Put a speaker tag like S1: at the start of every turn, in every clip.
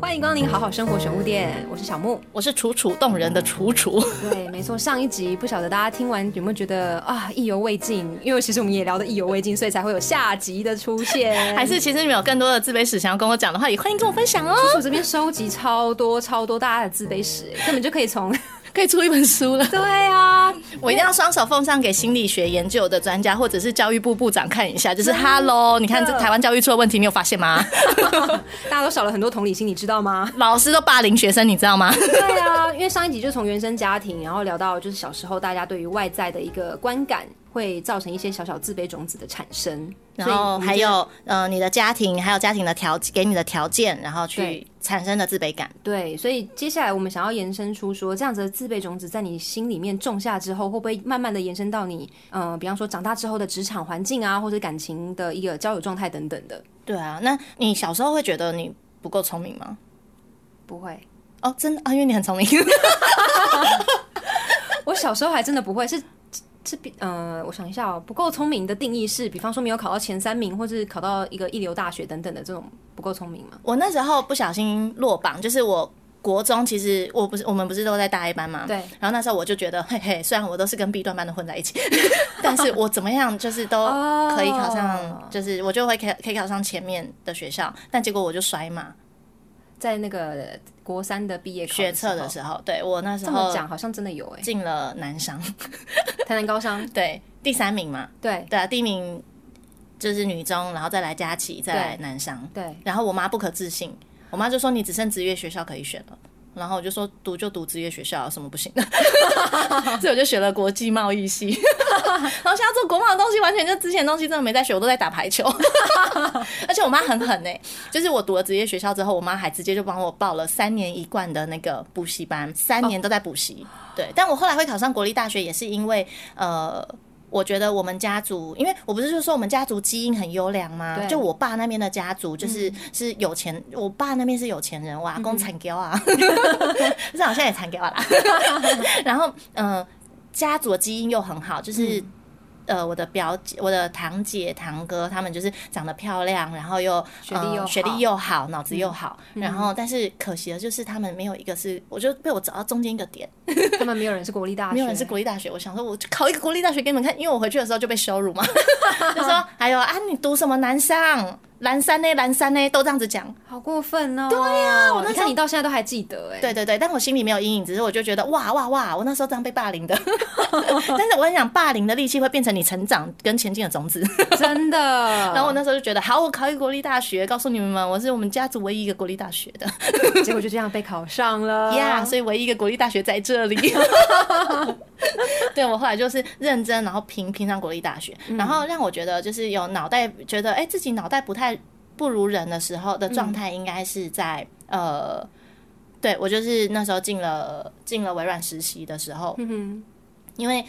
S1: 欢迎光临好好生活选物店，我是小木。
S2: 我是楚楚动人的楚楚，
S1: 对，没错，上一集不晓得大家听完有没有觉得啊意犹未尽，因为其实我们也聊得意犹未尽，所以才会有下集的出 现。
S2: 还是其实你们有更多的自卑史想要跟我讲的话，也欢迎跟我分享哦，
S1: 我这边收集超多超多大家的自卑史，根本就可以从
S2: 可以出一本书了
S1: 。对啊，
S2: 我一定要双手奉上给心理学研究的专家或者是教育部部长看一下，就是 Hello，你看这台湾教育出了问题，你有发现 吗？
S1: 大家都少了很多同理心，你知道吗？
S2: 老师都霸凌学生，你知道 吗？
S1: 对啊，因为上一集就从原生家庭，然后聊到就是小时候大家对于外在的一个观感，会造成一些小小自卑种子的产生。
S2: 然后
S1: 所以我们
S2: 还
S1: 今天
S2: 有呃你的家庭，还有家庭的条给你的条件，然后去
S1: 对
S2: 产生的自卑感。
S1: 对，所以接下来我们想要延伸出说，这样子的自卑种子在你心里面种下之后，会不会慢慢的延伸到你，呃，比方说长大之后的职场环境啊，或者感情的一个交友状态等等的？
S2: 对啊，那你小时候会觉得你不够聪明吗？
S1: 不会，
S2: 哦，真的啊，因为你很聪明。
S1: 我小时候还真的不会，是是比呃，我想一下哦，不够聪明的定义是，比方说没有考到前三名，或是考到一个一流大学等等的这种不够聪明吗？
S2: 我那时候不小心落榜，就是我国中其实我不是我们不是都在大 A 班嘛，
S1: 对。
S2: 然后那时候我就觉得，嘿嘿，虽然我都是跟 B 段班的混在一起， 但是我怎么样就是都
S1: 哦
S2: 可以考上，就是我就会可以可以考上前面的学校，但结果我就摔嘛，
S1: 在那个国三的毕业考
S2: 学测的
S1: 时
S2: 时候，对我那时
S1: 候，这么
S2: 候
S1: 讲好像真的有哎、欸
S2: 进了南商，
S1: 台南高商
S2: 对，第三名嘛，
S1: 对
S2: 对啊，第一名就是女中，然后再来佳琪，再来南商，
S1: 对，
S2: 然后我妈不可置信，我妈就说你只剩职业学校可以选了。然后我就说读就读职业学校，有啊什么不行 的？所以我就学了国际贸易系。然后现在做国贸的东西，完全就之前的东西真的没在学，我都在打排球。 而且我妈很狠呢、就是我读了职业学校之后，我妈还直接就帮我报了三年一贯的那个补习班，三年都在补习。对，但我后来会考上国立大学，也是因为呃。我觉得我们家族，因为我不是就说我们家族基因很优良吗？
S1: 对
S2: 就我爸那边的家族，就是、是有钱，我爸那边是有钱人，哇，公惨给啊， 这好像也惨给我啦。啊然后，呃，家族的基因又很好，就是、
S1: 嗯
S2: 呃，我的表姐、我的堂姐、堂哥，他们就是长得漂亮，然后又
S1: 学历
S2: 呃
S1: 又好嗯
S2: 学历又好，脑子又好。然后，但是可惜的就是他们没有一个是，我就被我找到中间一个点，
S1: 他们没有人是国立大啊学，
S2: 没有人是国立大学。我想说，我就考一个国立大学给你们看，因为我回去的时候就被羞辱 嘛，就说还有啊，你读什么南商、蓝山呢、蓝山呢，都这样子讲。
S1: 好过分哦！对呀、我你看你到现在都还记得哎、
S2: 对对对，但我心里没有阴影，只是我就觉得哇哇哇，我那时候这样被霸凌的。但是我很想，霸凌的利器会变成你成长跟前进的种子。
S1: 真的。
S2: 然
S1: 然
S2: 后我那时候就觉得，好，我考一个国立大学，告诉你们嘛，我是我们家族唯一一个国立大学的
S1: 结果就这样被考上了
S2: 呀所以唯一一个国立大学在 这里。对我后来就是认真，然后拼拼上国立大学，
S1: 嗯
S2: 然后让我觉得就是有脑袋觉得，哎、自己脑袋不太不如人的时候的状态，应该是在、
S1: 嗯
S2: 呃。对，我就是那时候进了进了微软实习的时候，
S1: 嗯
S2: 因为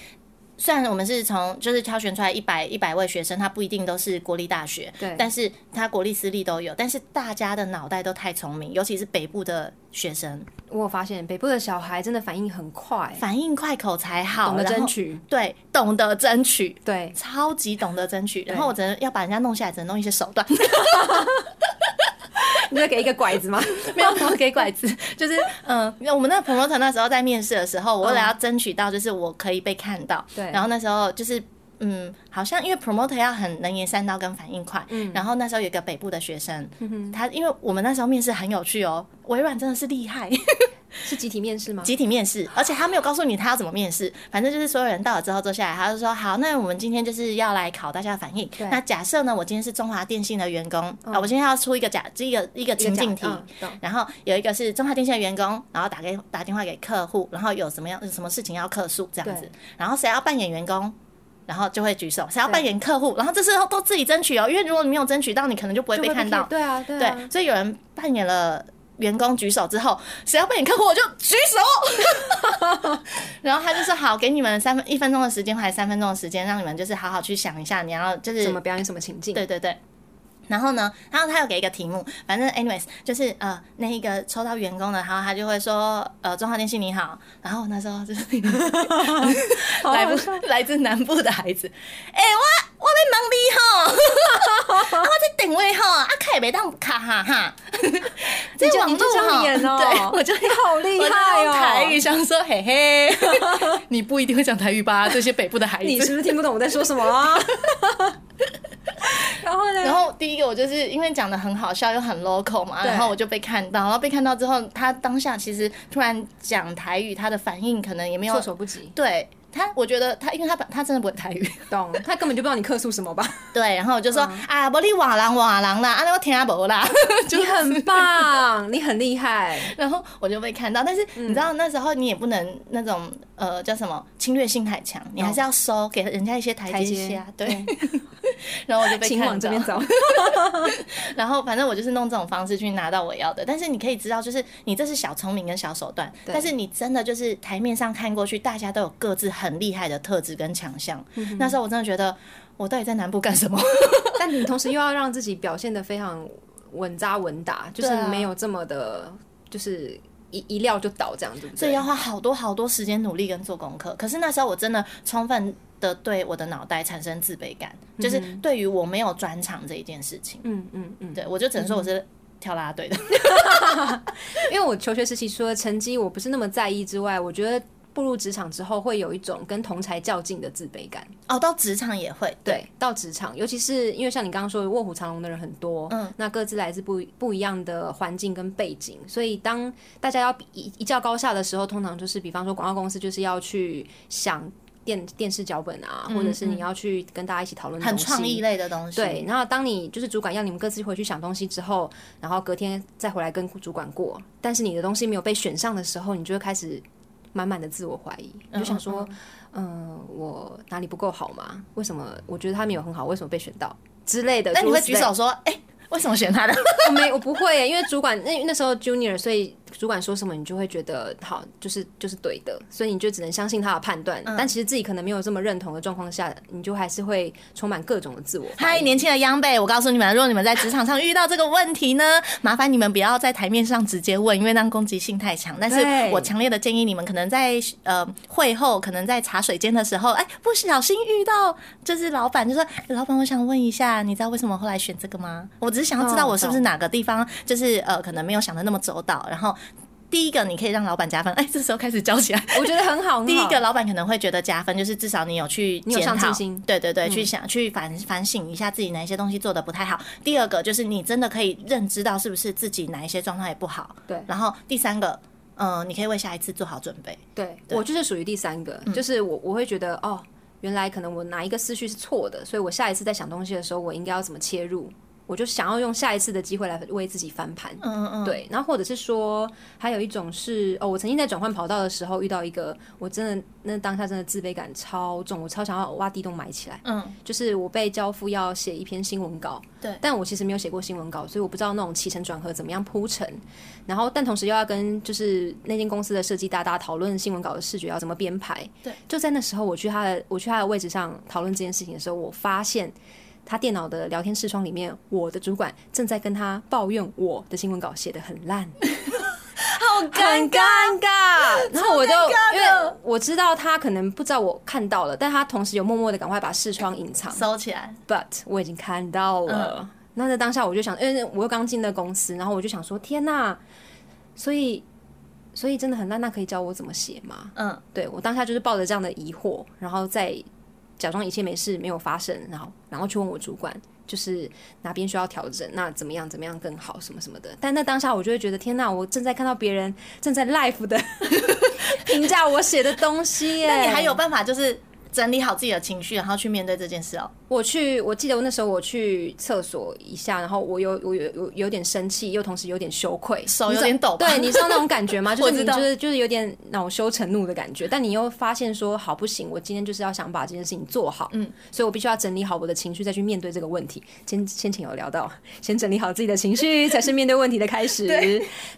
S2: 虽然我们是从就是挑选出来一百一百位学生，他不一定都是国立大学，
S1: 对
S2: 但是他国立私立都有，但是大家的脑袋都太聪明，尤其是北部的学生，
S1: 哼，我有发现北部的小孩真的反应很快，
S2: 反应快，口才好，
S1: 懂得
S2: 然后
S1: 争，取。
S2: 对，懂得争取。
S1: 对，
S2: 超级懂得争取，然后我只能要把人家弄下来，只能弄一些手段，
S1: 你在给一个拐 子吗？
S2: 没有没有给拐子，就是嗯，因为我们那个 promoter 那时候在面试的时候，我为了要争取到，就是我可以被看到，
S1: 嗯对
S2: 然后那时候就是。嗯，好像因为 promoter 要很能言善道跟反应快，嗯，然后那时候有一个北部的学生，
S1: 嗯
S2: 他因为我们那时候面试很有趣哦，微软真的是厉害，
S1: 是集体面试吗？
S2: 集体面试，而且他没有告诉你他要怎么面试，反正就是所有人到了之后坐下来，他就说好，那我们今天就是要来考大家的反应。那假设呢，我今天是中华电信的员工啊、我今天要出一个假一个一个情境题。
S1: 嗯懂
S2: 然后有一个是中华电信的员工，然后打给打电话给客户，然后有什么样有什么事情要客诉这样子
S1: 对，
S2: 然后谁要扮演员工，然后就会举手，谁要扮演客户，然后这时候都自己争取哦，因为如果你没有争取到，你可能就不会
S1: 就
S2: 被
S1: 会
S2: 看到。
S1: 对啊，对啊，
S2: 对，所以有人扮演了员工举手之后，谁要扮演客户我就举手， 然后他就说好，给你们三分一分钟的时间，还是三分钟的时间，让你们就是好好去想一下，你要就是
S1: 怎么表演什么情境？
S2: 对对对。然后呢，然后他有给一个题目，反正 anyways 就是呃那一个抽到员工的，然后他就会说呃中华电信你好，然后那时候就是
S1: 好
S2: 来
S1: 好
S2: 不
S1: 笑，
S2: 来自南部的孩子，哎、我我要忙 你吼，啊我在定位吼，啊卡也袂当卡哈哈，
S1: 这
S2: 网
S1: 你就这样
S2: 络哈
S1: 演哦，
S2: 对我就
S1: 你好厉
S2: 我在
S1: 害
S2: 用
S1: 哦，
S2: 台语想说嘿嘿， 你不一定会讲台语吧？这些北部的孩
S1: 你
S2: 子
S1: 是。不是听不懂我在说什么啊？ 然后
S2: 然
S1: 呢？
S2: 后第一个我就是因为讲的很好笑又很 local 嘛，
S1: 对
S2: 然后我就被看到，然后被看到之后，他当下其实突然讲台语，他的反应可能也没有
S1: 措手不及，
S2: 对他，我觉得他，因为他本他真的不会台语，
S1: 懂？他根本就不知道你客诉什 么吧？
S2: 对，然后我就说、啊，不你瓦郎瓦郎啦，啊那我听阿伯 啦，就
S1: 你很棒，你很厉 害，
S2: 然后我就被看到，但是你知道那时候你也不能那种呃叫什么侵略性太强，你还是要收给人家一些台阶下，对。 然后我就被
S1: 请
S2: 看
S1: 往这
S2: 到
S1: 边，走。
S2: 然后反正我就是弄这种方式去拿到我要的，但是你可以知道，就是你这是小聪明跟小手段，
S1: 对
S2: 但是你真的就是台面上看过去，大家都有各自很厉害的特质跟强项。那时候我真的觉得，我到底在南部干什么？
S1: 但你同时又要让自己表现的非常稳扎稳打，就是
S2: 对啊
S1: 没有这么的，就是一一料就倒这样，对不
S2: 所以
S1: 对
S2: 要？花好多好多时间努力跟做功课。可是那时候我真的充分的对我的脑袋产生自卑感，就是对于我没有专长这一件事情，
S1: 嗯嗯嗯，
S2: 对我就只能说我是跳啦啦队的。
S1: 因为我求学时期除了成绩我不是那么在意之外，我觉得步入职场之后会有一种跟同才较劲的自卑感。
S2: 哦，到职场也会对。
S1: 对，到职场，尤其是因为像你刚刚说的，卧虎藏龙的人很多，嗯，那各自来自不不一样的环境跟背景，所以当大家要比一一较高下的时候，通常就是比方说广告公司就是要去想电电视脚本啊，或者是你要去跟大家一起讨论
S2: 嗯很
S1: 东西
S2: 创意。类的东西，
S1: 对，然后当你就是主管要你们各自回去想东西之后，然后隔天再回来跟主管过，但是你的东西没有被选上的时候，你就会开始满满的自我怀疑，你就想说，嗯、我哪里不够好吗？为什么我觉得他没有很好，为什么被选到之类的？
S2: 那你会
S1: 诸如此
S2: 举
S1: 类
S2: 手说，哎、为什么选他的？
S1: 我没， 我不会耶，因为主管那那时候 junior，所以主管说什么你就会觉得好，就是就是对的，所以你就只能相信他的判断。
S2: 嗯
S1: 但其实自己可能没有这么认同的状况下，你就还是会充满各种的自我怀
S2: 嗨，
S1: 疑。
S2: 年轻的央贝，我告诉你们，如果你们在职场上遇到这个问题呢， 麻烦你们不要在台面上直接问，因为那样攻击性太强。但是
S1: 对
S2: 我强烈的建议你们，可能在呃会后，可能在茶水间的时候，哎，不小心遇到就是老板，就说哎老板，我想问一下，你知道为什么后来选这个吗？我只是想要知道
S1: 哦
S2: 我是不是
S1: 懂
S2: 哪个地方，就是呃可能没有想的那么周到，然后。第一个，你可以让老板加分。哎，这时候开始教起来，
S1: 我觉得很好，很好
S2: 第一个，老板可能会觉得加分，就是至少你有去
S1: 你有
S2: 检
S1: 上
S2: 讨
S1: 进心，嗯
S2: 对对对，去想去反反省一下自己哪一些东西做的不太好。第二个就是你真的可以认知到是不是自己哪一些状态不好。
S1: 对
S2: 然后第三个，嗯、你可以为下一次做好准备。
S1: 对我就是属于第三个，
S2: 嗯
S1: 就是我我会觉得哦，原来可能我哪一个思绪是错的，所以我下一次在想东西的时候，我应该要怎么切入？我就想要用下一次的机会来为自己翻盘。
S2: 嗯嗯嗯，
S1: 对，然后或者是说，还有一种是哦，我曾经在转换跑道的时候遇到一个，我真的那当下真的自卑感超重，我超想要挖地洞埋起来。
S2: 嗯，
S1: 就是我被交付要写一篇新闻稿，
S2: 对
S1: 但我其实没有写过新闻稿，所以我不知道那种起承转合怎么样铺陈。然后，但同时又要跟就是那间公司的设计大大讨论新闻稿的视觉要怎么编排。
S2: 对，
S1: 就在那时候，我去他的我去他的位置上讨论这件事情的时候，我发现。他电脑的聊天视窗里面，我的主管正在跟他抱怨我的新闻稿写的很烂，
S2: 好
S1: 很尴尬。然后我就
S2: 超尴尬的
S1: 因为我知道他可能不知道我看到了，但他同时有默默的赶快把视窗隐藏。
S2: 收起来。
S1: But 我已经看到
S2: 嗯
S1: 了。那在当下我就想，因为我又刚进的公司，然后我就想说，天呐，所以所以真的很烂，那可以教我怎么写吗？
S2: 嗯，
S1: 对我当下就是抱着这样的疑惑，然后再假装一切没事没有发生，然后然后去问我主管，就是哪边需要调整，那怎么样怎么样更好，什么什么的。但那当下我就会觉得，天呐，我正在看到别人正在 live 的 评价我写的东西耶。
S2: 那你还有办法就是整理好自己的情绪，然后去面对这件事哦。
S1: 我去，我记得我那时候我去厕所一下，然后我有我有有有点生气，又同时有点羞愧，
S2: 手
S1: 你知道
S2: 有点抖吧
S1: 对，你知道那种感觉 吗？就
S2: 我
S1: 是
S2: 知
S1: 你
S2: 道
S1: 就是就是有点恼羞成怒的感觉，但你又发现说好不行，我今天就是要想把这件事情做好，嗯，所以我必须要整理好我的情绪，再去面对这个问题。先先前有聊到，先整理好自己的情绪，才是面对问题的开 始。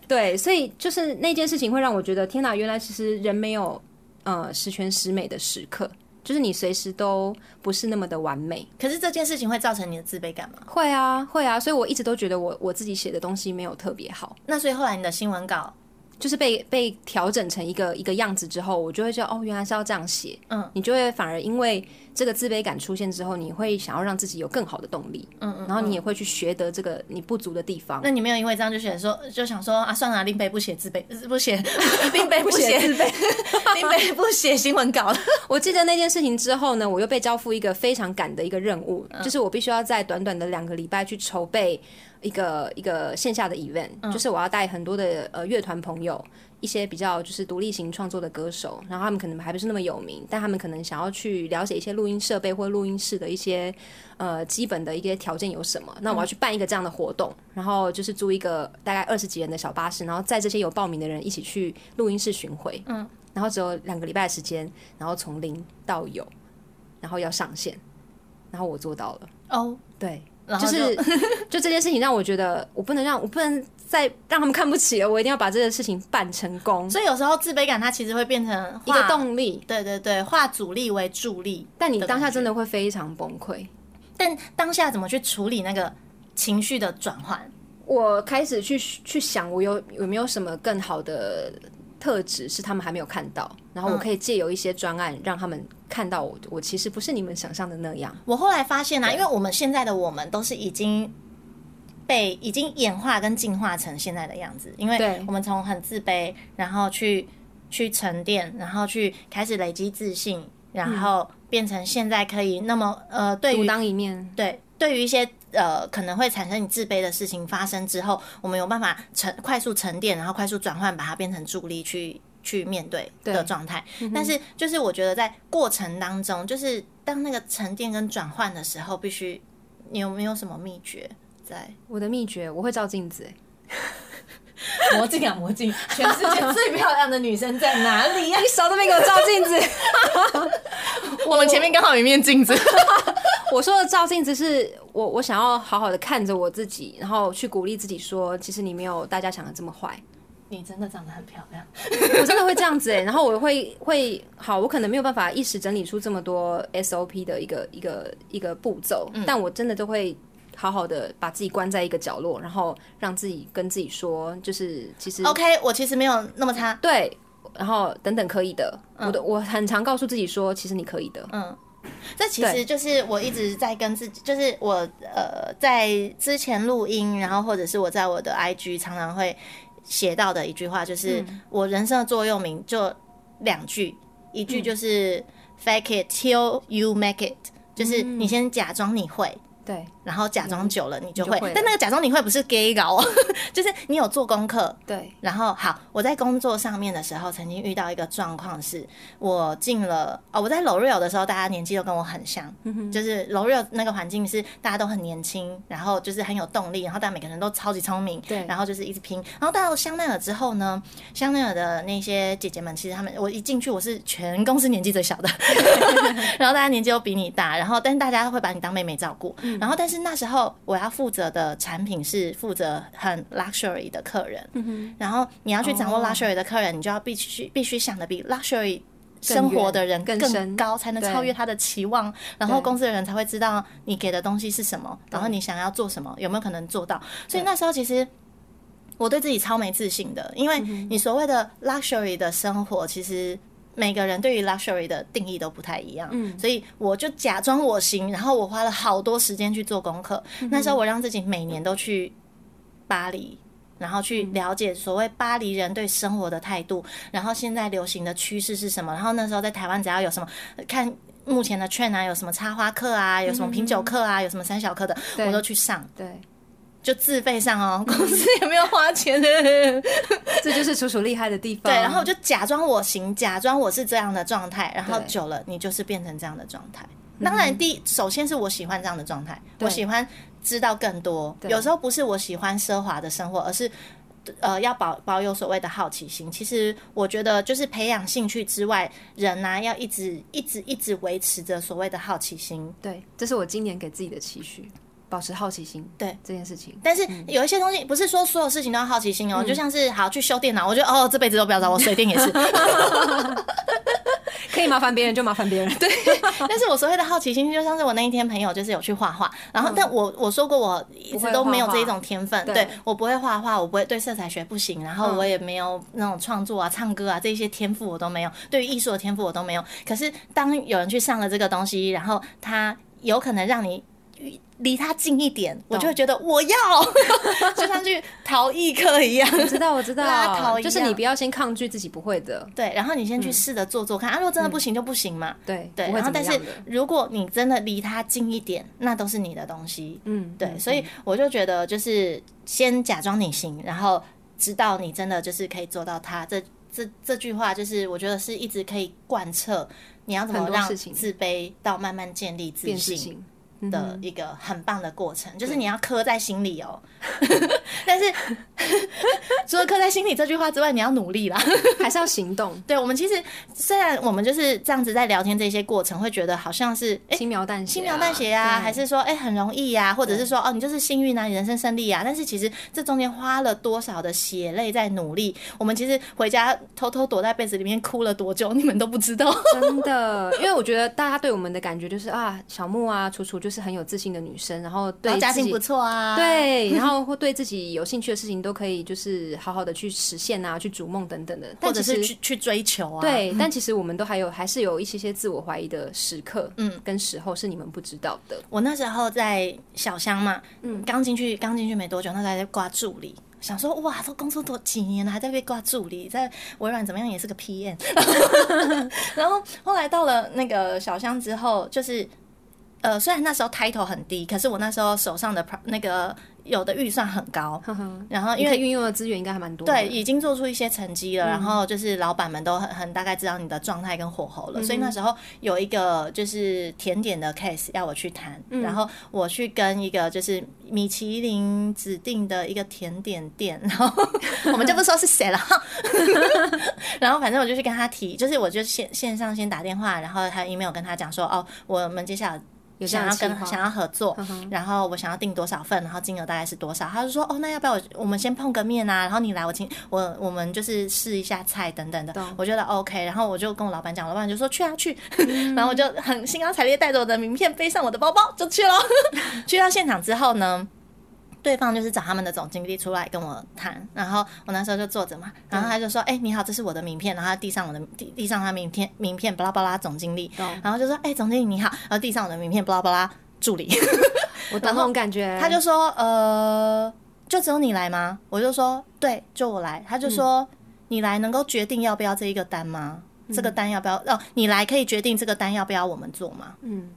S1: 对所以就是那件事情会让我觉得，天哪，原来其实人没有呃十全十美的时刻。就是你随时都不是那么的完美，
S2: 可是这件事情会造成你的自卑感吗？
S1: 会啊，会啊，所以我一直都觉得我我自己写的东西没有特别好，
S2: 那所以后来你的新闻稿，
S1: 就是被被调整成一个一个样子之后，我就会觉得哦，原来是要这样写，嗯，你就会反而因为这个自卑感出现之后，你会想要让自己有更好的动力，嗯嗯，然后你也会去学得这个你不足的地方。
S2: 那你没有因为这样就写说就想说啊，算了，林北不写自卑，呃不写 林北不写
S1: 自 卑。
S2: 林北不写新闻稿了。
S1: 我记得那件事情之后呢，我又被交付一个非常赶的一个任务，
S2: 嗯
S1: 就是我必须要在短短的两个礼拜去筹备一个一个线下的 event，、就是
S2: 嗯
S1: 我要带很多的呃乐团朋友，一些比较就是独立型创作的歌手，然后他们可能还不是那么有名，但他们可能想要去了解一些录音设备或录音室的一些呃基本的一些条件有什么。那我要去办一个这样的活动，然后就是租一个大概二十几人的小巴士，然后载这些有报名的人一起去录音室巡回。然后只有两个礼拜的时间，然后从零到有，然后要上线，然后我做到了。
S2: 哦，
S1: 对，
S2: 然
S1: 就
S2: 后
S1: 是就这件事情让我觉得，我不能让我不能再让他们看不起了，我一定要把这个事情办成功，
S2: 所以有时候自卑感它其实会变成
S1: 一个
S2: 化，
S1: 动力。
S2: 对对对，化阻力为助力。
S1: 但你当下真的会非常崩溃。
S2: 但当下怎么去处理那个情绪的转换？
S1: 我开始去去想，我有有没有什么更好的特质是他们还没有看到，然后我可以借由一些专案让他们看到我，我其实不是你们想象的那样。
S2: 我后来发现啊，因为我们现在的我们都是已经被已经演化跟进化成现在的样子，因为
S1: 对
S2: 我们从很自卑，然后去去沉淀，然后去开始累积自信，
S1: 嗯
S2: 然后变成现在可以那么呃，对
S1: 独
S2: 于
S1: 当一面，
S2: 对对于一些。呃，可能会产生你自卑的事情发生之后，我们有办法沉快速沉淀，然后快速转换，把它变成助力去去面对嗯的状态。但是，就是我觉得在过程当中，就是当那个沉淀跟转换的时候，必须你有没有什么秘诀在？
S1: 我的秘诀，我会照镜子、欸
S2: 魔镜啊，魔镜，全世界最漂亮的女生在哪里啊 呀、
S1: 你少都没给我照镜子。
S2: 我们前面刚好有一面镜子。
S1: 我说的照镜子是我，我想要好好的看着我自己，然后去鼓励自己说，其实你没有大家想的这么坏。
S2: 你真的长得很漂亮。
S1: 我真的会这样子哎、然后我会会好，我可能没有办法一时整理出这么多 SOP 的一个一个一个步骤，
S2: 嗯
S1: 但我真的都会。好好的把自己关在一个角落，然后让自己跟自己说，就是其实
S2: OK，我其实没有那么差。
S1: 对，然后等等可以的。
S2: 嗯
S1: 我的我很常告诉自己说，其实你可以的。
S2: 这其实就是我一直在跟自己，就是我呃在之前录音，然后或者是我在我的 IG 常常会写到的一句话，就是、我人生的座右铭就两句，一句就是、fake it till you make it，就是你先假装你会，
S1: 对，
S2: 然后假装久嗯了你
S1: 就
S2: 就会，
S1: 会了
S2: 但那个假装你会不是 gay 搞哦， 就是你有做功课，
S1: 对，
S2: 然后好，我在工作上面的时候，曾经遇到一个状况是，我进了哦，我在 l o r e a l 的时候，大家年纪都跟我很像，
S1: 嗯
S2: 就是 l o r e a l 那个环境是大家都很年轻，然后就是很有动力，然后大家每个人都超级聪明，
S1: 对
S2: 然后就是一直拼。然后到香奈儿之后呢，香奈儿的那些姐姐们，其实她们我一进去，我是全公司年纪最小的，然后大家年纪都比你大，然后但是大家会把你当妹妹照顾，
S1: 嗯
S2: 然后但是那时候我要负责的产品是负责很 luxury 的客人，然后你要去掌握
S1: 嗯哦
S2: luxury 的客人，你就要必须必须想的比 luxury 生活的人
S1: 更
S2: 更
S1: 深
S2: 高，才能
S1: 对
S2: 超越他的期望，然后
S1: 对
S2: 公司的人才会知道你给的东西是什么，然后你想要做什么，有没有可能做到。所以那时候其实。我对自己超没自信的，因
S1: 嗯
S2: 为你所谓的 luxury 的生活，其实每个人对于 luxury 的定义都不太一样，
S1: 嗯
S2: 所以我就假装我行，然后我花了好多时间去做功课。
S1: 嗯
S2: 那时候我让自己每年都去巴黎，然后去了解所谓巴黎人对生活的态度，然后现在流行的趋势是什么。然后那时候在台湾，只要有什么呃看目前的券啊，有什么插花课啊，有什么品酒课啊，有什么三小课的，我都去上，
S1: 对，
S2: 就自费上哦，公司也没有花钱的。
S1: 这就是楚楚厉害的地方。
S2: 对，然后我就假装我行，假装我是这样的状态，然后
S1: 对
S2: 久了你就是变成这样的状态。当然，第一首先是我喜欢这样的状态，我喜欢知道更多。有时候不是我喜欢奢华的生活，而是呃要保保有所谓的好奇心。其实我觉得，就是培养兴趣之外，人呢、要一直一直一直维持着所谓的好奇心。
S1: 对，这是我今年给自己的期许，保持好奇心。
S2: 对
S1: 这件事情，
S2: 但是有一些东西不是说所有事情都要好奇心哦，就像是好去修电脑，我觉得哦这辈子都不要找我水电也是，
S1: 可以麻烦别人就麻烦别人。对，
S2: 但是我所谓的好奇心，就像是我那一天朋友就是有去画画，然后但我我说过我一直都没有这一种天分，
S1: 不会画画
S2: 对
S1: 对
S2: 我不会画画，我不会对色彩学不行，然后我也没有那种创作啊、唱歌啊这些天赋我都没有，对于艺术的天赋我都没有。可是当有人去上了这个东西，然后他有可能让你。离他近一点，我就会觉得我要， 就像去陶艺课一样，
S1: 我知道我知
S2: 拉桃
S1: 道，
S2: 一样
S1: 就是你不要先抗拒自己不会的，
S2: 对，然后你先去试着做做看，啊，如果真的不行就不行嘛，
S1: 对
S2: 对，
S1: 不会
S2: 然
S1: 怎么
S2: 后但
S1: 样
S2: 是
S1: 的。
S2: 如果你真的离它近一点，那都是你的东西。
S1: 嗯，
S2: 对，所以我就觉得就是先假装你行，然后直到你真的就是可以做到它。这这这句话就是我觉得是一直可以贯彻你要怎么
S1: 很多
S2: 让
S1: 事情
S2: 自卑到慢慢建立自
S1: 变嗯事
S2: 信。
S1: 情。
S2: 的一个很棒的过程，就是你要刻在心里哦。 但是 除了刻在心里这句话之外，你要努力啦。
S1: 还是要行 动，
S2: 对，我们其实虽然我们就是这样子在聊天这些过程，会觉得好像是哎
S1: 轻描淡写啊，
S2: 轻描淡写啊，
S1: 对
S2: 还是说哎、很容易呀、或者是说哦你就是幸运啊，你人生胜利啊。但是其实这中间花了多少的血泪在努力，我们其实回家偷偷躲在被子里面哭了多久，你们都不知道。
S1: 啊真的，因为我觉得大家对我们的感觉就是啊，小木啊，楚楚就是很有自信的女生，然后
S2: 然
S1: 对
S2: 后家
S1: 自
S2: 境
S1: 己
S2: 不错啊，，
S1: 对，然 后或对自己有兴趣的事情都可以，就是好好的去实现啊，去逐梦等等的。
S2: 或
S1: 但
S2: 者
S1: 其
S2: 是
S1: 实
S2: 去去追求啊，，
S1: 对，但其实我们都还有还是有一些些自我怀疑的时刻，嗯，跟时候是你们不知道的。
S2: 我那时候在小乡嘛，嗯，刚进去刚进去没多久，那时候还在挂助理，想说哇，都工作多几年了，还在被挂助理，在微软怎么样也是个 PM。然后后来到了那个小乡之后，就是呃，虽然那时候 title 很低，可是我那时候手上的 pro- 那个有的预算很高，然后因
S1: 你
S2: 为
S1: 可以运用的资源应该还蛮多的。嗯
S2: 对，已经做出一些成绩了，然后就是老板们都很很大概知道你的状态跟火候
S1: 嗯
S2: 了，所以那时候有一个就是甜点的 case 要我去谈，
S1: 嗯
S2: 然后我去跟一个就是米其林指定的一个甜点店，然后 我们就不说是谁了哈， 然后反正我就去跟他提，就是我就线线上先打电话，然后还有 email 跟他讲说，哦，我们接下来
S1: 有这
S2: 想
S1: 样的
S2: 要
S1: 计
S2: 跟
S1: 划。
S2: 想
S1: 嗯
S2: 要合作，然后我想要订多少份，然后金额大概是多少？他就说哦，那要不要我我们先碰个面啊？然后你来我请我我们就是试一下菜等等的
S1: 懂，
S2: 我觉得哦 OK。然后我就跟我老板讲，老板就说去啊去，
S1: 嗯
S2: 然后我就很兴高采烈带着我的名片，背上我的包包就去了。 去到现场之后呢？对方就是找他们的总经理出来跟我谈，然后我那时候就坐着嘛，然后他就说：“哎、你好，这是我的名片。”然后他递上我的递递上他名片名片，巴拉巴拉，总经理，
S1: 懂，
S2: 然后就说：“哎、总经理你好。”然后递上我的名片，巴拉巴拉，助理。
S1: 我懂那种感 觉。
S2: 他就说：“呃，就只有你来吗？”我就说：“对，就我来。”
S1: 嗯
S2: 他就说：“你来能够决定要不要这一个单吗？
S1: 嗯
S2: 这个单要不要？哦，你来可以决定这个单要不要我们做吗？”
S1: 嗯，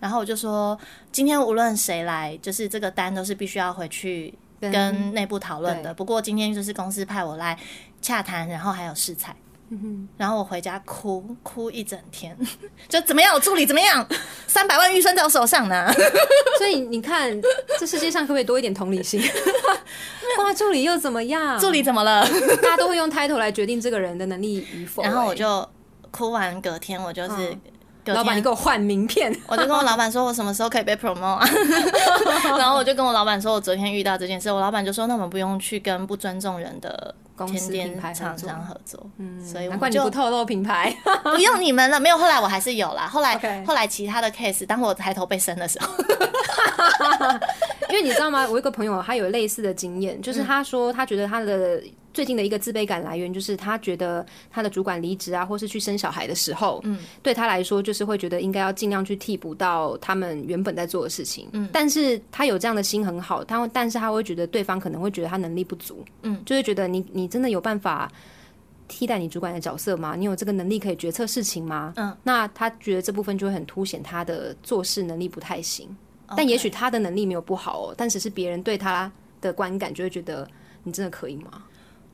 S2: 然后我就说：“今天无论谁来，就是这个单都是必须要回去
S1: 跟
S2: 跟内部讨论的。
S1: 对
S2: 不过今天就是公司派我来洽谈，然后还有试菜。”
S1: 嗯
S2: 然后我回家哭哭一整天， 就怎么样？我助理怎么样？三百万预算在我手上呢。
S1: 所以你看，这世界上可不可以多一点同理心？ 哇，助理又怎么样？
S2: 助理怎么了？
S1: 大家都会用 title 来决定这个人的能力与否。
S2: 然后我
S1: 欸
S2: 就哭完，隔天我就是、
S1: 嗯
S2: 隔
S1: 老板，你
S2: 天
S1: 给我换名片。
S2: 我就跟我老板说，我什么时候可以被 promote 啊？然后我就跟我老板说，我昨天遇到这件事，我老板就说，那我们不用去跟不尊重人的
S1: 公
S2: 甜
S1: 司品牌合
S2: 点厂
S1: 作
S2: 商合作，嗯，所以我
S1: 难怪
S2: 们
S1: 你不
S2: 就
S1: 透露品牌，
S2: 不用你们了。没有，后来我还是有啦。后来
S1: OK
S2: 后来其他的 case，当我抬头被升的时候，
S1: 因为你知道吗？我有一个朋友，他有类似的经验，就是他说他觉得他的最近的一个自卑感来源，就是他觉得他的主管离职啊，或是去生小孩的时候，嗯，对他来说就是会觉得应该要尽量去替补到他们原本在做的事情，嗯，但是他有这样的心很好，他会但是他会觉得对方可能会觉得他能力不足，嗯，就会觉得你你真的有办法。替代你主管的角色吗？你有这个能力可以决策事情吗？嗯，那他觉得这部分就会很凸显他的做事能力不太行。但也许他的能力没有不好哦，但只是别人对他的观感就会觉得你真的可以吗？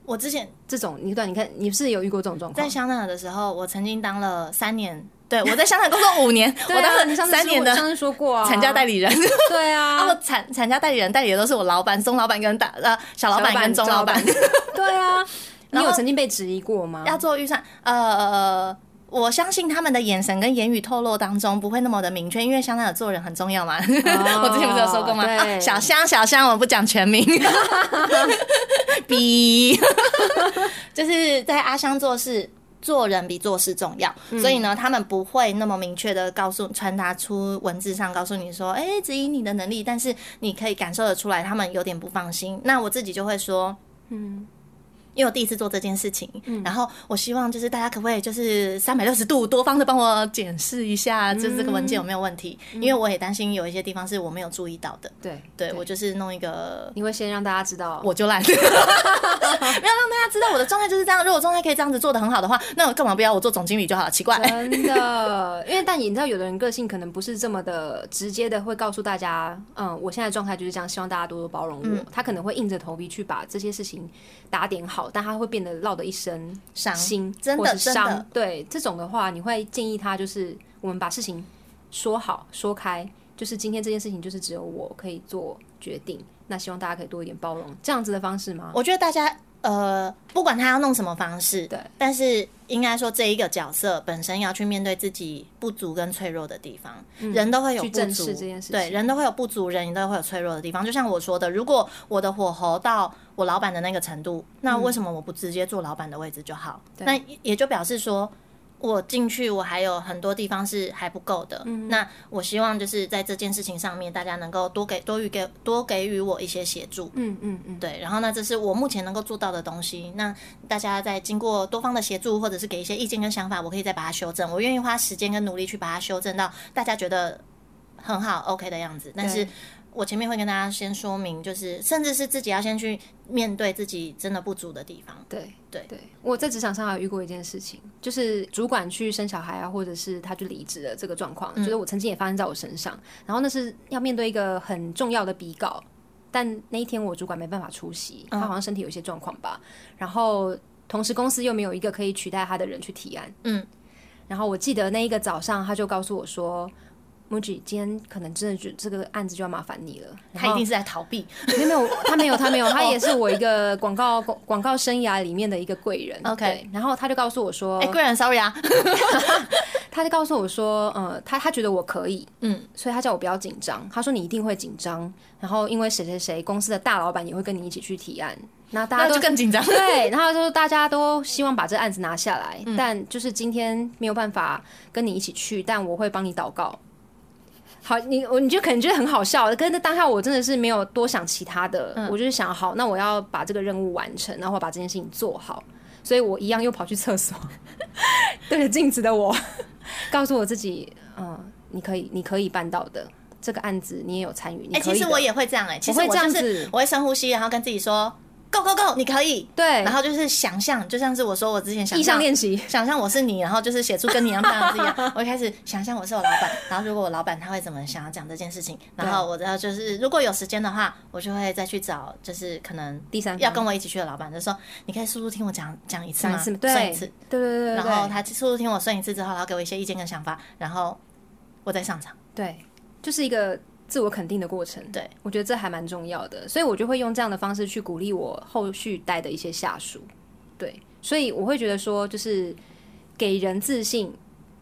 S2: 我之前
S1: 这种你对，你看你是有遇过这种状
S2: 在
S1: 况？
S2: 香奈儿的时候，我曾经当了三年，对我在香奈儿工作五 年，我当
S1: 啊你
S2: 了
S1: 上次
S2: 啊三
S1: 说
S2: 年
S1: 你上
S2: 的
S1: 次说过啊，
S2: 产假代理人。
S1: 对
S2: 然后
S1: 啊，
S2: 哦产产家代理人代理的都是我老板、中老板跟大呃小 老板跟中老板，
S1: 对啊，你有曾经被质疑过吗？
S2: 要做预算呃。我相信他们的眼神跟言语透露当中不会那么的明确，因为香奈儿做人很重要嘛。 我之前不是有说过吗？
S1: 对
S2: 啊、小香小香，我不讲全名。逼，就是在阿香做事，做人比做事重要，所以呢，他们不会那么明确的告诉传达出文字上告诉你说，哎、质疑你的能力，但是你可以感受得出来，他们有点不放心。那我自己就会说，因为我第一次做这件事情，然后我希望就是大家可不可以就是三百六十度多方的帮我检视一下，就是这个文件有没有问题，因为我也担心有一些地方是我没有注意到的。
S1: 对
S2: 对我就是弄一个
S1: 你会先让大家知道，
S2: 我就烂， 没有让大家知道我的状态就是这样。如果状态可以这样子做的很好的话，那我干嘛不要我做总经理就好了？奇怪，
S1: 真的， 因为但你知道，有的人个性可能不是这么的直接的，会告诉大家，嗯，我现在状态就是这样，希望大家多多包容我。
S2: 嗯
S1: 他可能会硬着头皮去把这些事情打点好，但他会变得落得一身
S2: 伤
S1: 心，
S2: 真的
S1: 或是
S2: 真
S1: 伤
S2: 的。
S1: 对这种的话，你会建议他就是我们把事情说好说开，就是今天这件事情就是只有我可以做决定，那希望大家可以多一点包容，这样子的方式吗？
S2: 我觉得大家呃，不管他要弄什么方式，
S1: 对，
S2: 但是应该说这一个角色本身要去面对自己不足跟脆弱的地方，人都会有
S1: 嗯去
S2: 不
S1: 正
S2: 足，
S1: 视这件事
S2: 对，
S1: 情
S2: 人都会有不足，人都会有脆弱的地方。就像我说的，如果我的火候到我老板的那个程度，那
S1: 嗯
S2: 为什么我不直接坐老板的位置就好？那也就表示说。我进去，我还有很多地方是还不够的。
S1: 嗯
S2: 那我希望就是在这件事情上面，大家能够多给多予给多给予我一些协助。
S1: 嗯嗯嗯，
S2: 对，然后呢，这是我目前能够做到的东西。那大家在经过多方的协助，或者是给一些意见跟想法，我可以再把它修正。我愿意花时间跟努力去把它修正到大家觉得很好 OK 的样子。但是
S1: 对
S2: 我前面会跟大家先说明，就是甚至是自己要先去面对自己真的不足的地方。
S1: 对
S2: 对
S1: 对，我在职场上还有遇过一件事情，就是主管去生小孩啊，或者是他去离职的这个状况，
S2: 嗯
S1: 就是我曾经也发生在我身上。然后那是要面对一个很重要的比稿，但那一天我主管没办法出席，
S2: 嗯
S1: 他好像身体有一些状况吧。然后同时公司又没有一个可以取代他的人去提案，
S2: 嗯。
S1: 然后我记得那一个早上，他就告诉我说：“Muji，今天可能真的就这个案子就要麻烦你了。”然
S2: 他一
S1: 后
S2: 定是在逃避。
S1: 没有没有，他没有，他没有，
S2: 哦
S1: 他也是我一个广告广广告生涯里面的一个贵人。
S2: OK
S1: 对然后他就告诉我说呃
S2: 哎、，贵人，sorry 啊，
S1: 他就告诉我说，呃，他他觉得我可以，
S2: 嗯，
S1: 所以他叫我不要紧张。他说你一定会紧张，然后因为谁谁谁公司的大老板也会跟你一起去提案，那大家
S2: 那
S1: 都
S2: 就更紧张。
S1: 对，然后就是大家都希望把这案子拿下来，但就是今天没有办法跟你一起去，但我会帮你祷告。好，你我你就可能觉得很好笑，可是当下我真的是没有多想其他的，我就是想好，那我要把这个任务完成，然后我把这件事情做好，所以我一样又跑去厕所， 对着镜子的我， 告诉我自己，嗯、你可以，你可以办到的，这个案子你也有参与，你
S2: 哎、
S1: 可
S2: 其
S1: 以
S2: 实
S1: 的。
S2: 我也会这样哎、其实
S1: 我会
S2: 我
S1: 这样
S2: 就是
S1: 子
S2: 我会深呼吸，然后跟自己说 “go go go”，你可以。
S1: 对
S2: 然后就是想象，就像是我说我之前想
S1: 意
S2: 象
S1: 向练习，
S2: 想象我是你，然后就是写出跟你一样漂亮字一 啊样。我一开始想象我是我老板，然后如果我老板他会怎么想要讲这件事情，然后我知道就是如果有时间的话，我就会再去找就是可能
S1: 第三方
S2: 要跟我一起去的老板，就说你可以速速听我讲讲一次
S1: 讲
S2: 吗？
S1: 一次，对，
S2: 算一
S1: 对
S2: 次
S1: 对。对对对，
S2: 然后他速速听我算一次之后，然后给我一些意见跟想法，然后我再上场。
S1: 对，就是一个自我肯定的过程。
S2: 对，
S1: 我觉得这还蛮重要的，所以我就会用这样的方式去鼓励我后续带的一些下属。对，所以我会觉得说，就是给人自信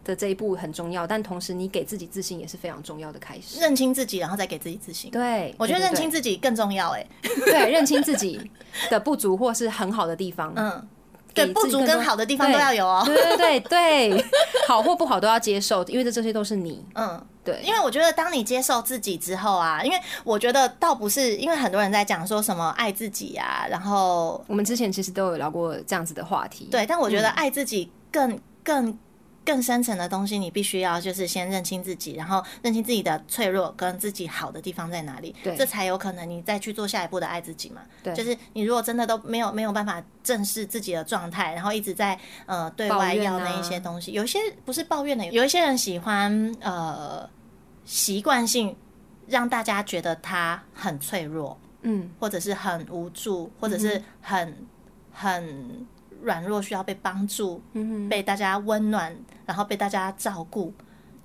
S1: 的这一步很重要，但同时你给自己自信也是非常重要的开始。
S2: 认清自己，然后再给自己自信。
S1: 对，
S2: 我觉得
S1: 对
S2: 认清自己更重要哎、
S1: 对对认清自己的不足或是很好的地方，
S2: 嗯，
S1: 给自己
S2: 对，不足
S1: 更
S2: 跟
S1: 多
S2: 好的地方都
S1: 对
S2: 要有 哦。
S1: 对对对对，好或不好都要接受，因为这这些都是你。
S2: 嗯，
S1: 对，
S2: 因为我觉得当你接受自己之后啊，因为我觉得倒不是因为很多人在讲说什么爱自己啊，然后
S1: 我们之前其实都有聊过这样子的话题。嗯
S2: 对，但我觉得爱自己更、更。更深层的东西，你必须要就是先认清自己，然后认清自己的脆弱跟自己好的地方在哪里，
S1: 对
S2: 这才有可能你再去做下一步的爱自己嘛。
S1: 对
S2: 就是你如果真的都没有没有办法正视自己的状态，然后一直在呃对外
S1: 抱怨
S2: 要
S1: 啊
S2: 那一些东西，有一些不是抱怨的，有一些人喜欢呃习惯性让大家觉得他很脆弱，
S1: 嗯，
S2: 或者是很无助，或者是很、很软弱，需要被帮助，
S1: 嗯
S2: 被大家温暖，然后被大家照顾，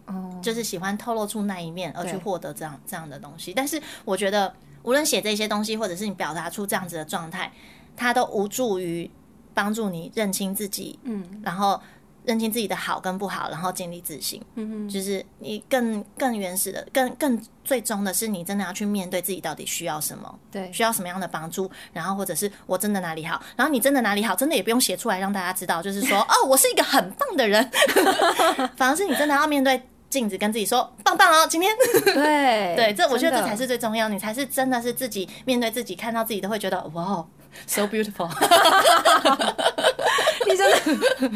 S1: 哦，
S2: 就是喜欢透露出那一面，而去
S1: 对
S2: 获得这样这样的东西。但是我觉得，无论写这些东西，或者是你表达出这样子的状态，它都无助于帮助你认清自己，嗯，然后认清自己的好跟不好，然后建立自信。嗯就是你更更原始的、更更最终的是，你真的要去面对自己到底需要什么，
S1: 对
S2: 需要什么样的帮助，然后或者是我真的哪里好，然后你真的哪里好，真的也不用写出来让大家知道，就是 说哦，我是一个很棒的人， 反而是你真的要面对镜子跟自己说棒棒哦，今天
S1: 对
S2: 对，这我觉
S1: 真
S2: 得这
S1: 的
S2: 才是最重要，你才是真的是自己面对自己，看到自己都会觉得哇，so 哦 beautiful。
S1: 你真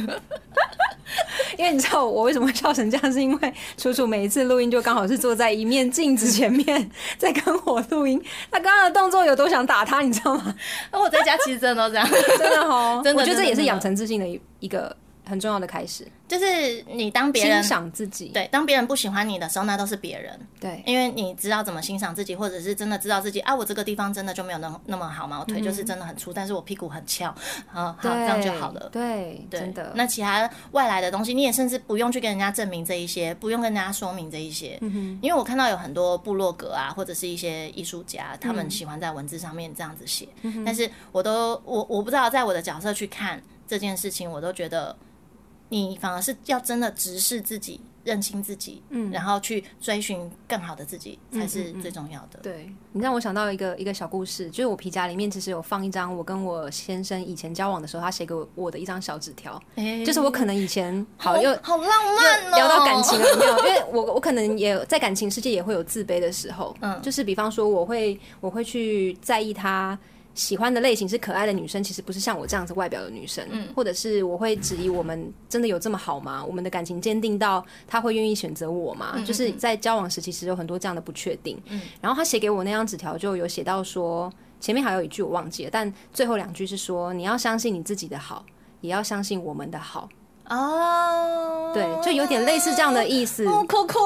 S1: 的， 因为你知道我为什么会笑成这样，是因为楚楚每一次录音就刚好是坐在一面镜子前面在跟我录音，他刚刚的动作有多想打他，你知道 吗？
S2: 那我在家其实真的都这样，
S1: 真的哦，
S2: 真的
S1: 我觉得
S2: 真
S1: 这
S2: 的
S1: 也是
S2: 真的
S1: 养成自信的一一个很重要的开始，
S2: 就是你当别
S1: 欣
S2: 人
S1: 赏自己，
S2: 对当别人不喜欢你的时候，那都是别人，
S1: 对
S2: 因为你知道怎么欣赏自己，或者是真的知道自己啊，我这个地方真的就没有那么那么好嘛，我腿就是真的很粗，但是我屁股很翘，啊，好
S1: 嗯对，
S2: 这样就好了。
S1: 对，
S2: 对
S1: 真的，
S2: 那其他外来的东西，你也甚至不用去跟人家证明这一些，不用跟人家说明这一些。嗯、因为我看到有很多部落格啊，或者是一些艺术
S1: 嗯
S2: 家，他们喜欢在文字上面这样子写，但是我都我我不知道，在我的角色去看这件事情，我都觉得你反而是要真的直视自己。认清自己，嗯，然后去追寻更好的自己，才
S1: 嗯
S2: 是最重要的。
S1: 对你让我想到一个一个小故事，就是我皮夹里面其实有放一张我跟我先生以前交往的时候，他写给我我的一张小纸条，
S2: 哎
S1: 就是我可能以前好又
S2: 好浪漫哦，
S1: 聊到感情了没有？因为我我可能也在感情世界也会有自卑的时候，嗯，就是比方说我会我会去在意他。喜欢的类型是可爱的女生，其实不是像我这样子外表的女生，嗯、或者是我会质疑我们真的有这么好吗？我们的感情坚定到他会愿意选择我吗？就是在交往时，其实有很多这样的不确定。嗯、然后他写给我那张纸条就有写到说，前面还有一句我忘记了，但最后两句是说你要相信你自己的好，也要相信我们的好。
S2: 哦，
S1: 对，就有点类似这样的意思。
S2: 哦，扣扣。